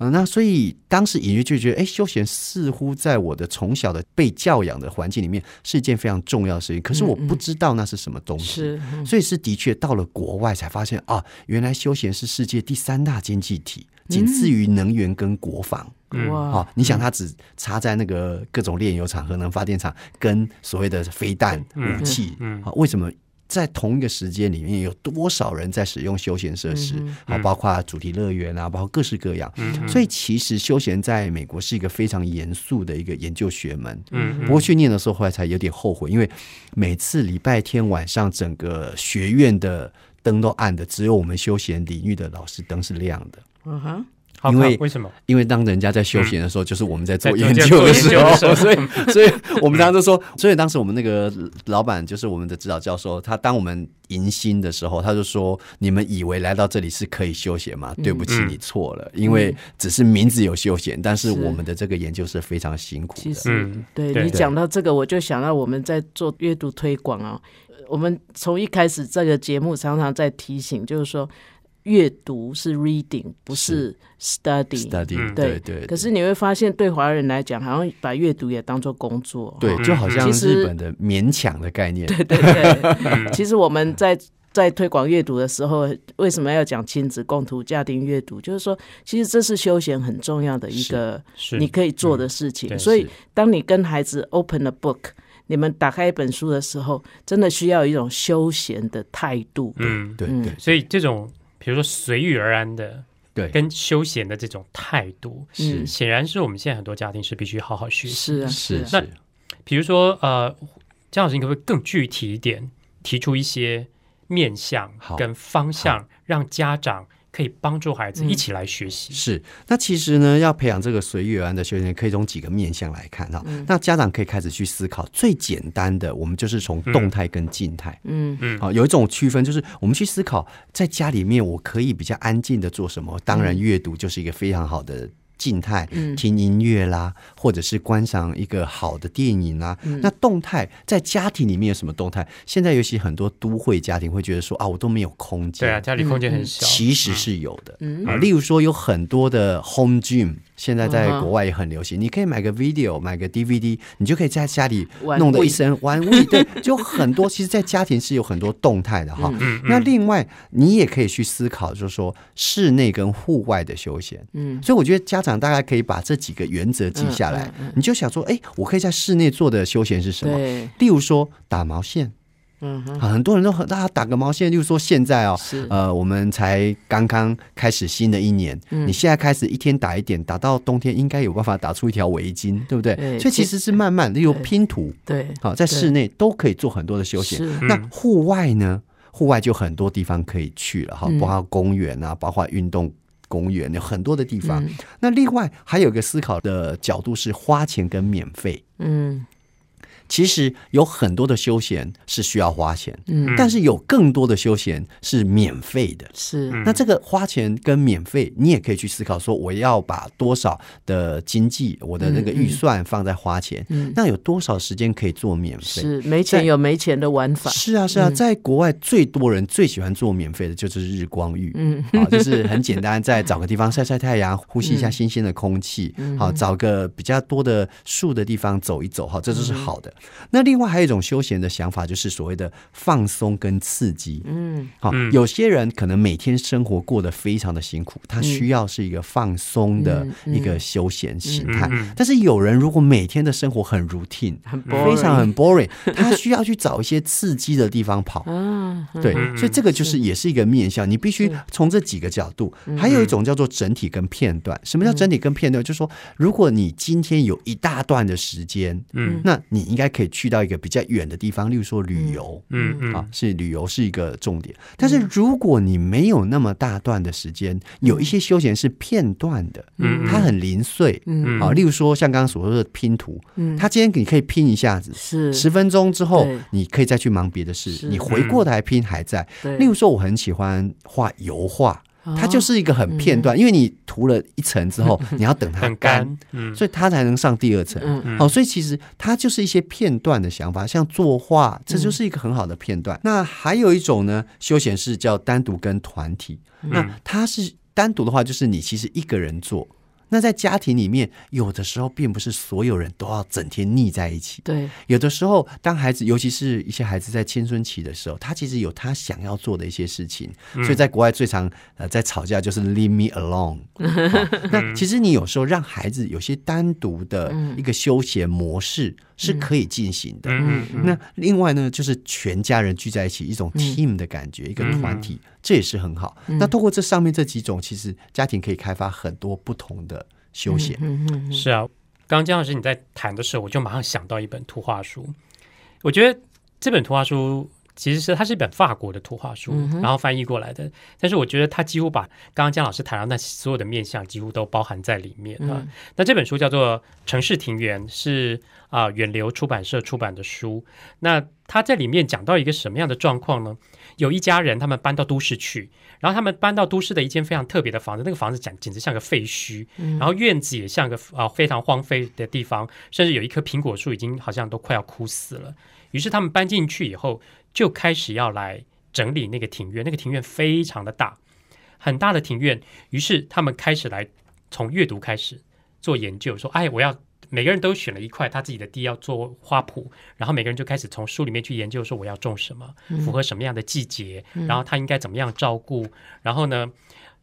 嗯、那所以当时隐约就觉得，哎，休闲似乎在我的从小的被教养的环境里面是一件非常重要的事情，可是我不知道那是什么东西。嗯是嗯所以是的确到了国外才发现啊，原来休闲是世界第三大经济体，仅次于嗯能源跟国防。嗯好、哇，哦你想它只插在那个各种炼油厂、核能发电厂跟所谓的飞弹嗯武器，嗯好、为什么？在同一个时间里面，有多少人在使用休闲设嗯施？好、包括主题乐园啊，包括各式各样。所以其实休闲在美国是一个非常严肃的一个研究学门。嗯不过去念的时候，后来才有点后悔，因为每次礼拜天晚上，整个学院的灯都暗的，只有我们休闲领域的老师灯是亮的。嗯哼，好因看为为什么？因为当人家在休闲的时候，就是我们在做嗯在做研研究的究时的候，时候 [LAUGHS] [LAUGHS] 所以所以我们常常都说，所以当时我们那个老板就是我们的指导教授，他当我们迎新的时候，他就说：“你们以为来到这里是可以休闲吗？对不起，嗯你错了，因为只是名字有休闲，但是是我们的这个研究是非常辛苦其的。”实、嗯对对你讲到这个，我就想到我们在做阅读推广啊、呃我们从一开始这个节目常常在提醒，就是说阅读是 reading，不是 study。 study 嗯对对对，可是你会发现，对华人来讲，好像把阅读也当做工作。对，就好像嗯其实日本的勉强的概念，对对，其实我们在在推广阅读的时候，为什么要讲亲子共读、家庭阅读？就是说，其实这是休闲很重要的一个是你可以做的事情。对所以是，当你跟孩子 open a book，你们打开一本书的时候，真的需要一种休闲的态度。嗯，对嗯对所以这种比如说随遇而安的对，跟休闲的这种态度，是嗯显然是我们现在很多家庭是必须好好学习。是啊，是是啊，是，比如说，呃，江老师，你可不可以更具体一点，提出一些面向好嗯跟方向，让家长可以帮助孩子一起来学习？是，那其实呢，要培养这个随遇而安的休闲，可以从几个面向来看哈、那家长可以开始去思考，最简单的，我们就是从动态跟静态。嗯嗯好、有一种区分就是我们去思考，在家里面我可以比较安静的做什么？当然，阅读就是一个非常好的静态，听音乐啦，或者是观赏一个好的电影啦。那动态在家庭里面有什么动态？现在尤其很多都会家庭会觉得说啊，我都没有空间，对啊，家里空间很小，嗯其实是有的。嗯啊，例如说有很多的 home gym，现在嗯在国外也很流行。你可以买个 video，买个 DVD，你就可以在家里玩弄得一味 [LAUGHS] 身玩味。对，就很多。其实，在家庭是有很多动态的嗯哈。嗯那另外，你也可以去思考，就是说室内跟户外的休闲。嗯所以我觉得家长大概可以把这几个原则记下来，你就想说，哎，我可以在室内做的休闲是什么？嗯对，例如说打毛线，嗯哼，啊很多人都很大家打个毛线，例如说现在哦，是呃，我们才刚刚开始新的一年，嗯你现在开始一天打一点，打到冬天应该有办法打出一条围巾，对不对？对所以其其实是慢慢，例如对拼图，对，好、在对室内都可以做很多的休闲。是那户外呢？户外就很多地方可以去了嗯哈，包括公园啊，包括运动公园，有很多的地嗯方。那另外还有一个思考的角度是花钱跟免费。嗯其实有很多的休闲是需要花钱，嗯但是有更多的休闲是免费的。是嗯那这个花钱跟免费，你也可以去思考说，我要把多少的经济，我的那个预算放在花钱，嗯那有多少时间可以做免费？是，没钱有没钱的玩法，嗯是啊，是啊，在国外最多人最喜欢做免费的就是日光浴，嗯，好，就是很简单，再找个地方晒晒太阳，呼吸一下新鲜的空气，嗯好，找个比较多的树的地方走一走，哈，这就嗯是好的。那另外还有一种休闲的想法，就是所谓的放松跟刺激，嗯，好，有些人可能每天生活过得非常的辛苦，他需要是一个放松嗯的一个休闲形态嗯嗯嗯。但是有人如果每天的生活很 routine，很非常 boring 很 boring，他 [LAUGHS] 需要去找一些刺激的地方 [LAUGHS] 跑。啊，对嗯，所以这个就是也是一个面向，你必须是从这几个角度。嗯还有一种叫做整体跟片段。什么叫整体跟片段？就是说，如果你今天有一大段的时间，嗯那你应该可以去到一个比较远的地方，例如说旅游。嗯啊嗯，是旅游是一个重点，但是如果你没有那么大段的时间，有一些休闲是片段的，嗯它很零碎，嗯啊，例如说像刚刚所说的拼图，嗯，它今天你可以拼一下子，是十分钟之后对，你可以再去忙别的是嗯事。你回过来拼还在。对例如说，我很喜欢画油画，哦它就是一个很片嗯段，因为你涂了一层 [LAUGHS] 之后，你要等它很干，干，嗯所以它才能上第二层。嗯嗯好、所以其实它就是一些片段的想法，像作画，这嗯就是一个很好的片段。那还有一种呢，休闲是叫单独跟团体。那它是单独的话，就是你其实一个人做。那在家庭里面，有的时候并不是所有人都要整天腻在一起。对有的时候，当孩子，尤其是一些孩子在青春期的时候，他其实有他想要做的一些事情，嗯所以在国外最常呃在吵架就是 “leave me [LAUGHS] alone”、好嗯那其实你有时候让孩子有些单独的一个休闲模式是可以进行的。嗯嗯那另外呢，就是全家人聚在一起，一种 team 的感觉，一嗯个团体，这也是很好。那通过这上面这几种，其实家庭可以开发很多不同的休闲。嗯，是啊。刚刚姜老师你在谈的时候，我就马上想到一本图画书。我觉得这本图画书其实是它是一本法国的图画书，然后翻译过来的。但是我觉得它几乎把刚刚姜老师谈到那所有的面向几乎都包含在里面啊。那这本书叫做《城市庭园》，是啊、远流出版社出版的书。那它在里面讲到一个什么样的状况呢？有一家人他们搬到都市去，然后他们搬到都市的一间非常特别的房子，那个房子简简直像个废墟，然后院子也像个啊、非常荒废的地方，甚至有一棵苹果树已经好像都快要枯死了。于是他们搬进去以后，就开始要来整理那个庭院，那个庭院非常的大，很大的庭院。于是他们开始来从阅读开始做研究，说：“哎，我要。”每个人都选了一块他自己的地要做花圃，然后每个人就开始从书里面去研究说我要种什么，符合什么样的季节，然后他应该怎么样照顾，然后呢，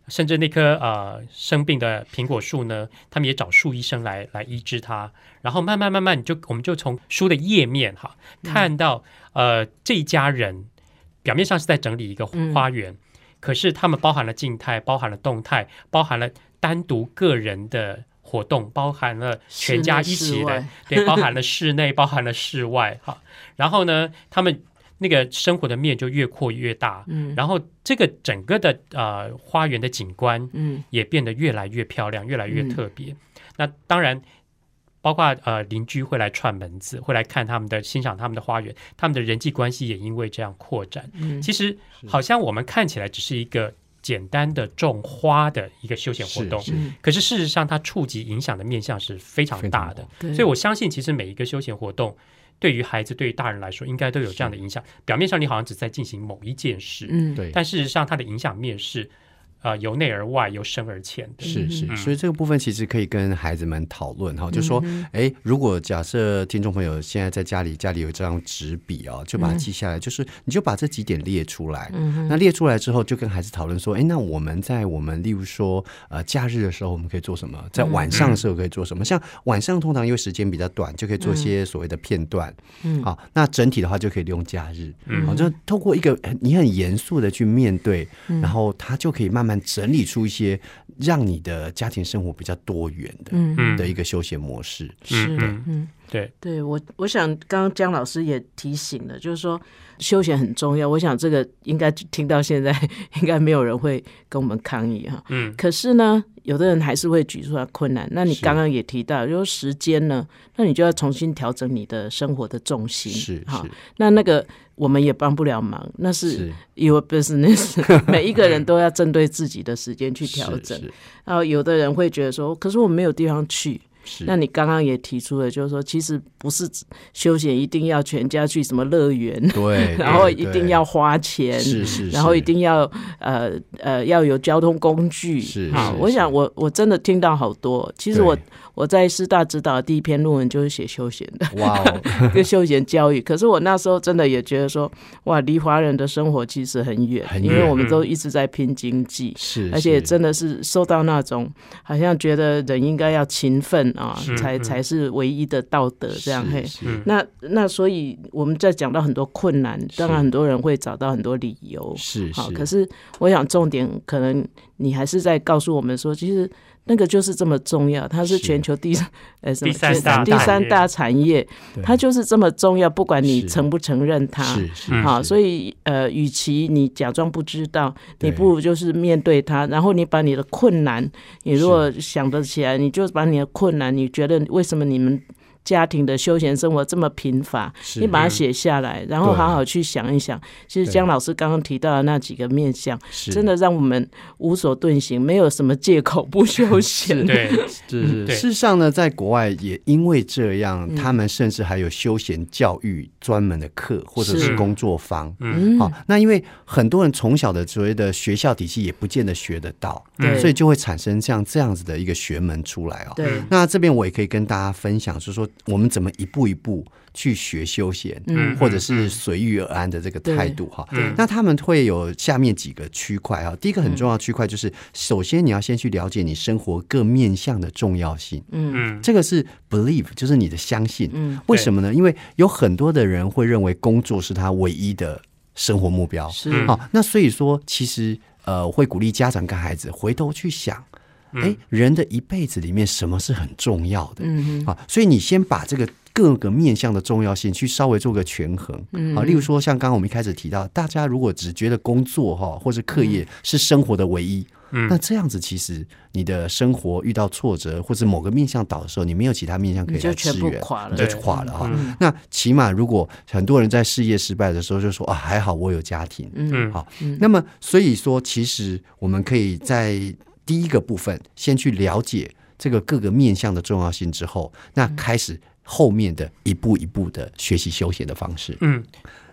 甚至那棵呃生病的苹果树呢，他们也找树医生来来医治它。然后慢慢慢慢，你就我们就从书的页面哈看到，呃，这一家人表面上是在整理一个花园，可是他们包含了静态，包含了动态，包含了单独个人的。活动包含了全家一室内起室的外，对，包含了室内， [LAUGHS] 包含了室外，哈。然后呢，他们那个生活的面就越扩越大，嗯，然后这个整个的呃花园的景观，嗯，也变得越来越漂亮，越来越嗯特别。那当然，包括呃邻居会来串门子，会来看他们的欣赏他们的花园，他们的人际关系也因为这样扩展。嗯其实好像我们看起来只是一个简单的种花的一个休闲活是动，是嗯可是事实上它触及影响的面向是非常大的。对所以我相信，其实每一个休闲活动。对于孩子、对于大人来说，应该都有这样的影响。表面上你好像只在进行某一件事，嗯对，但事实上它的影响面是，呃，由内而外，由深而浅的。是是，所以这个部分其实可以跟孩子们讨论哈，就说，哎、如果假设听众朋友现在在家里，家里有一张纸笔哦，就把它记下来，就是你就把这几点列出来，那列出来之后，就跟孩子讨论说，哎，那我们在我们例如说，呃，假日的时候我们可以做什么，在晚上的时候可以做什么，像晚上通常因为时间比较短，就可以做一些所谓的片段，嗯，好，那整体的话就可以利用假日，嗯，好，就透过一个很你很严肃的去面对，然后他就可以慢慢。慢整理出一些让你的家庭生活比较多元的、嗯嗯的一个休闲模式。是嗯嗯。对，对我，我想刚刚姜老师也提醒了，就是说休闲很重要。我想这个应该听到现在，应该没有人会跟我们抗议哈。嗯可是呢，有的人还是会举出来困难。那你是刚刚也提到，就是时间呢，那你就要重新调整你的生活的重心。是哈是，那那个我们也帮不了忙，那是是 your business，每 [LAUGHS] 一个人都要针对自己的时间去调是整。是然后有的人会觉得说，可是我没有地方去。是，那你刚刚也提出了，就是说，其实不是只休闲一定要全家去什么乐园， [LAUGHS] [LAUGHS] 对，然后对一对定要花钱，是是，然后是一定要呃呃要有交通工具。是啊是我想是我我真的听到好多。其实我对我在师大指导的第一篇论文就是写休闲的，[LAUGHS] 哇哦， [LAUGHS] 跟休闲教育。可是我那时候真的也觉得说，哇，离华人的生活其实很远，很因为远我们嗯都一直在拼经济。是，而且是真的是受到那种好像觉得人应该要勤奋啊是，才嗯才是唯一的道德这样是嘿。是嗯那那所以我们在讲到很多困难，当然是很多人会找到很多理由。是好，是，可是我想重点可能你还是在告诉我们说，其实那个就是这么重要，它是是全球第 [LAUGHS] 呃什么第三全大第产三业大产业，对它就是这么重要，不管你是承不承认它。是是嗯好，所以以呃，与其你假装不知道，对你不如就是面对它，然后你把你的困难，你如果想得起来，你就把你的困难，你觉得为什么你们家庭的休闲生活这么贫乏，你把它写下来，然后对好好去想一想。其实对姜老师刚刚提到的那几个面向，真的。的让我们无所遁形，没有什么借口不休闲。对， [LAUGHS] 是是，对事实上呢，在国外也因为这样，嗯他们甚至还有休闲教育专门的课或者是是工作坊。嗯好、那因为很多人从小的所谓的学校体系也不见得学得到，对所以就会产生像这样子的一个学门出来哦。对，那这边我也可以跟大家分享，就是说我们怎么一步一步去学休闲，嗯或者是随遇而安的这个态度哈。嗯那他们会有下面几个区块哈，第一个嗯很重要的区块就是，首先你要先去了解你生活各面向的重要性，嗯嗯这个是 believe，就是你的相信。嗯，为什么呢？因为有很多的人会认为工作是他唯一的生活目标。是嗯好、那所以说，其实呃，我会鼓励家长跟孩子回头去想，哎、人的一辈子里面什么是很重要的？嗯好，所以你先把这个各个面向的重要性去稍微做个权衡。嗯，好，例如说像刚刚我们一开始提到，大家如果只觉得工作哈或是嗯课业是生活的唯一。嗯那这样子，其实你的生活遇到挫折或者某个面向倒的时候，你没有其他面向可以你就来支全部援，垮了嗯你就对垮了哈。那起码如果很多人在事业失败的时候就说啊，还好我有家庭，嗯好，那么所以说，其实我们可以在第一个部分先去了解这个各个面向的重要性之后，那嗯开始后面的一步一步的学习休闲的方式。嗯，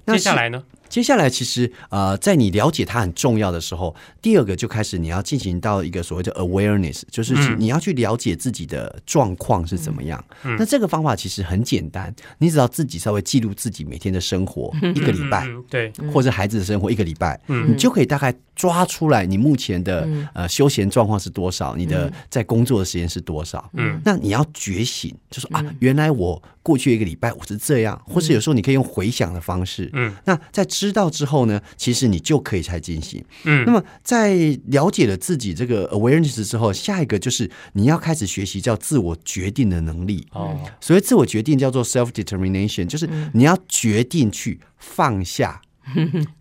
那接是下来呢？接下来，其实呃，在你了解它很重要的时候，第二个就开始你要进行到一个所谓的 awareness，就是嗯你要去了解自己的状况是怎么样。那这个方法其实很简单，你只要自己稍微记录自己每天的生活，一个礼拜。嗯，对，或者孩子的生活一个礼拜，你就可以大概抓出来你目前的、嗯呃休闲状况是多少，你的在工作的时间是多少。嗯，那你要觉醒，就说啊，原来我过去一个礼拜我是这样，或是有时候你可以用回想的方式。嗯，那在知道之后呢，其实你就可以才进行。嗯那么在了解了自己这个 awareness 之后，下一个就是你要开始学习叫自我决定的能力。哦，嗯所谓自我决定叫做 self determination，就是你要决定去放下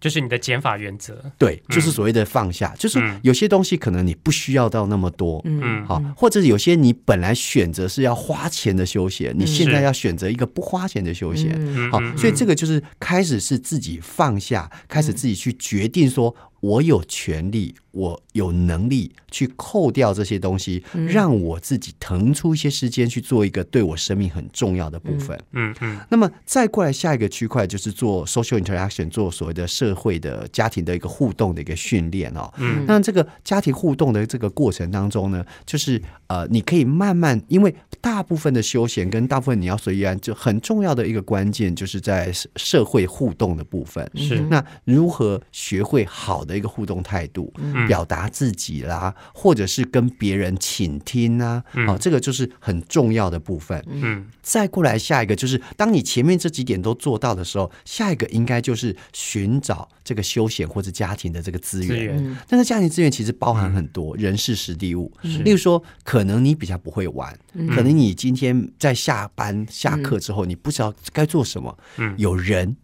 就是你的减法原则，对，就是所谓的放下，就是有些东西可能你不需要到那么多，嗯好，或者有些你本来选择是要花钱的休闲，你现在是要选择一个不花钱的休闲，嗯好，嗯所以这个就是开始是自己放下，开始自己去决定说。我有权利，我有能力去扣掉这些东西，让我自己腾出一些时间去做一个对我生命很重要的部分。嗯嗯那么再过来下一个区块就是做 social interaction，做所谓的社会的家庭的一个互动的一个训练哦。嗯，那这个家庭互动的这个过程当中呢，就是呃，你可以慢慢，因为大部分的休闲跟大部分你要随意安，就很重要的一个关键就是在社社会互动的部分。是嗯那如何学会好的一个互动态度？表达自己啦，或者是跟别人倾听啊，好、这个就是很重要的部分。嗯再过来下一个就是，当你前面这几点都做到的时候，下一个应该就是寻找这个休闲或者家庭的这个资嗯源。嗯资源那个家庭资源其实包含很多、人事、实地物是，例如说，可能你比较不会玩，可能你今天在下班下课之后，你不知道该做什么，嗯有人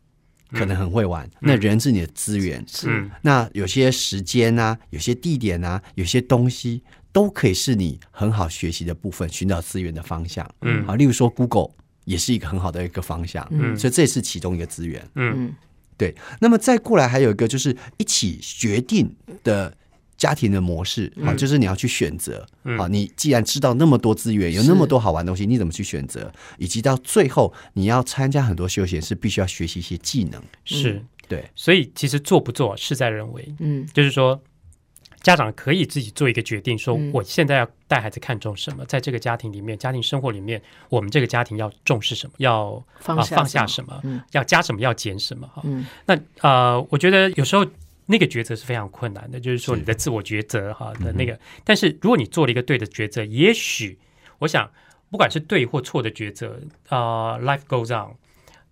可能很会玩，那人嗯是你的资源，嗯那有些时间啊，有些地点啊，有些东西都可以是你很好学习的部分，寻找资源的方向。嗯啊，例如说 Google 也是一个很好的一个方向，嗯所以这也是其中一个资源。嗯嗯对，那么再过来还有一个就是一起决定的。家庭的模式啊，就是你要去选择嗯啊。你既然知道那么多资源，有那么多好玩的东西，你怎么去选择？以及到最后，你要参加很多休闲，是必须要学习一些技能。是，对，所以其实做不做事在人为，嗯就是说。家长可以自己做一个决定，说嗯我现在要带孩子看重什么，在这个家庭里面、家庭生活里面，我们这个家庭要重视什么，要放啊下放下什什么，嗯要加什么，要减什么哈。嗯那呃，我觉得有时候那个抉择是非常困难的，就是说你的自我抉择哈的那个。但是如果你做了一个对的抉择，也许我想，不管是对或错的抉择，啊、l i f e goes on。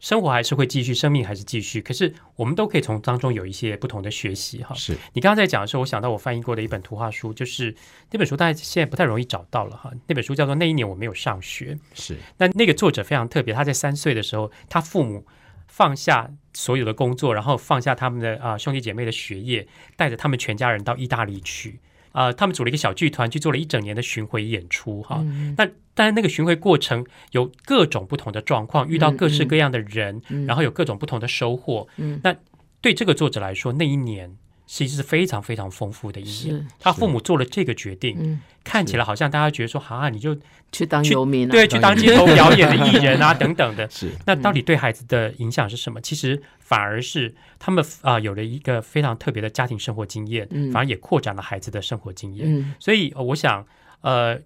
生活还是会继续，生命还是继续。可是我们都可以从当中有一些不同的学习哈。是你刚刚在讲的时候，我想到我翻译过的一本图画书，就是那本书，大家现在不太容易找到了哈。那本书叫做《那一年我没有上学》。是，那那个作者非常特别，他在三岁的时候，他父母放下所有的工作，然后放下他们的啊、呃兄弟姐妹的学业，带着他们全家人到意大利去。啊、他们组了一个小剧团，去做了一整年的巡回演出哈。嗯那但是那个巡回过程有各种不同的状况，遇到各式各样的人，然后有各种不同的收获。嗯那对这个作者来说，那一年其实是非常非常丰富的一年是。他父母做了这个决定，嗯，看起来好像大家觉得说，哈、你就去当去游民啊，对，去当街头表演的艺人啊，等等的。是那到底对孩子的影响是什么？其实反而是他们啊、有了一个非常特别的家庭生活经验，嗯反而也扩展了孩子的生活经验。嗯所以、呃我想，呃，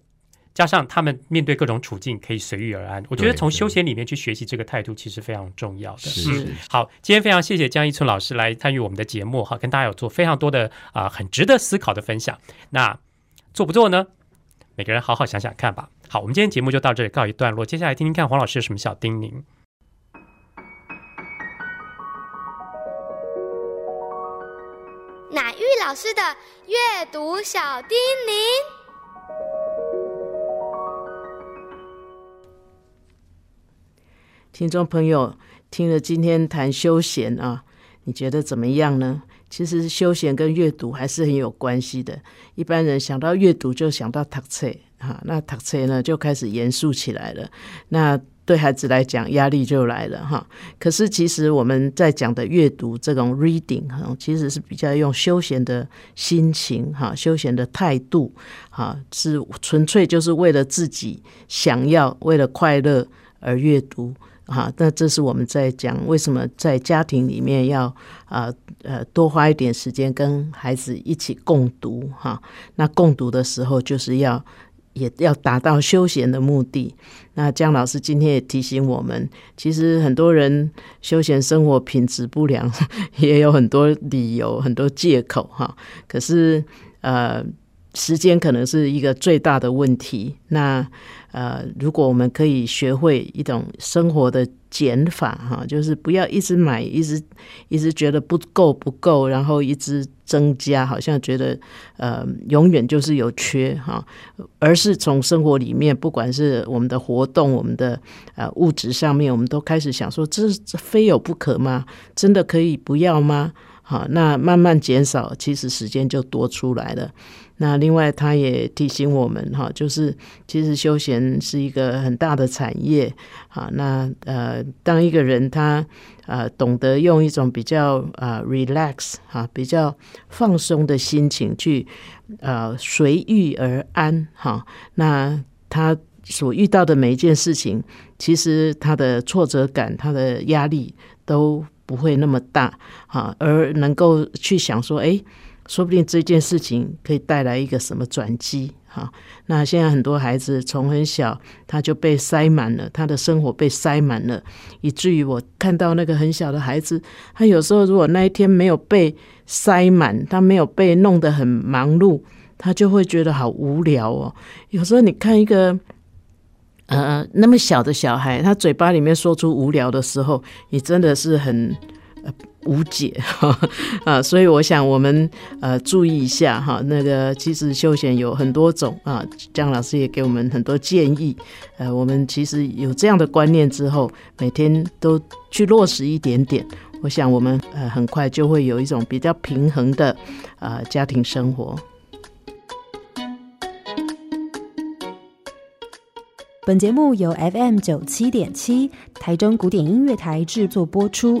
加上他们面对各种处境可以随遇而安，我觉得对从对休闲里面去学习这个态度其实非常重要的。是嗯是好，今天非常谢谢江一春老师来参与我们的节目，哈，跟大家有做非常多的啊、很值得思考的分享。那做不做呢？每个人好好想想看吧。好，我们今天节目就到这里告一段落，接下来听听看黄老师有什么小叮咛。乃玉老师的阅读小叮咛。听众朋友，听了今天谈休闲啊，你觉得怎么样呢？其实休闲跟阅读还是很有关系的。一般人想到阅读就想到读册啊，那读册呢就开始严肃起来了。那对孩子来讲，压力就来了哈。可是其实我们在讲的阅读这种 reading 哈，其实是比较用休闲的心情哈，休闲的态度哈，是纯粹就是为了自己想要，为了快乐而阅读。啊，那这是我们在讲为什么在家庭里面要啊呃多花一点时间跟孩子一起共读哈、那共读的时候，就是要也要达到休闲的目的。那姜老师今天也提醒我们，其实很多人休闲生活品质不良， [LAUGHS] 也有很多理由、很多借口哈、可是呃，时间可能是一个最大的问题。那呃，如果我们可以学会一种生活的减法哈，就是不要一直买，一直一直觉得不够不够，然后一直增加，好像觉得呃永远就是有缺哈，而是从生活里面，不管是我们的活动、我们的呃物质上面，我们都开始想说，这这非有不可吗？真的可以不要吗？好，那慢慢减少，其实时间就多出来了。那另外，他也提醒我们哈，就是其实休闲是一个很大的产业啊。那呃，当一个人他呃懂得用一种比较呃 relax 哈、比较放松的心情去呃随遇而安哈、那他所遇到的每一件事情，其实他的挫折感、他的啊压力都不会那么大哈、而能够去想说，诶，说不定这件事情可以带来一个什么转机哈。那现在很多孩子从很小他就被塞满了，他的生活被塞满了，以至于我看到那个很小的孩子，他有时候如果那一天没有被塞满，他没有被弄得很忙碌，他就会觉得好无聊哦。有时候你看一个。呃，那么小的小孩，他嘴巴里面说出无聊的时候，你真的是很呃无解哈哈啊，所以我想我们呃注意一下哈。那个其实休闲有很多种啊，姜老师也给我们很多建议。呃，我们其实有这样的观念之后，每天都去落实一点点，我想我们呃很快就会有一种比较平衡的呃家庭生活。本节目由 FM 九七点七台中古典音乐台制作播出，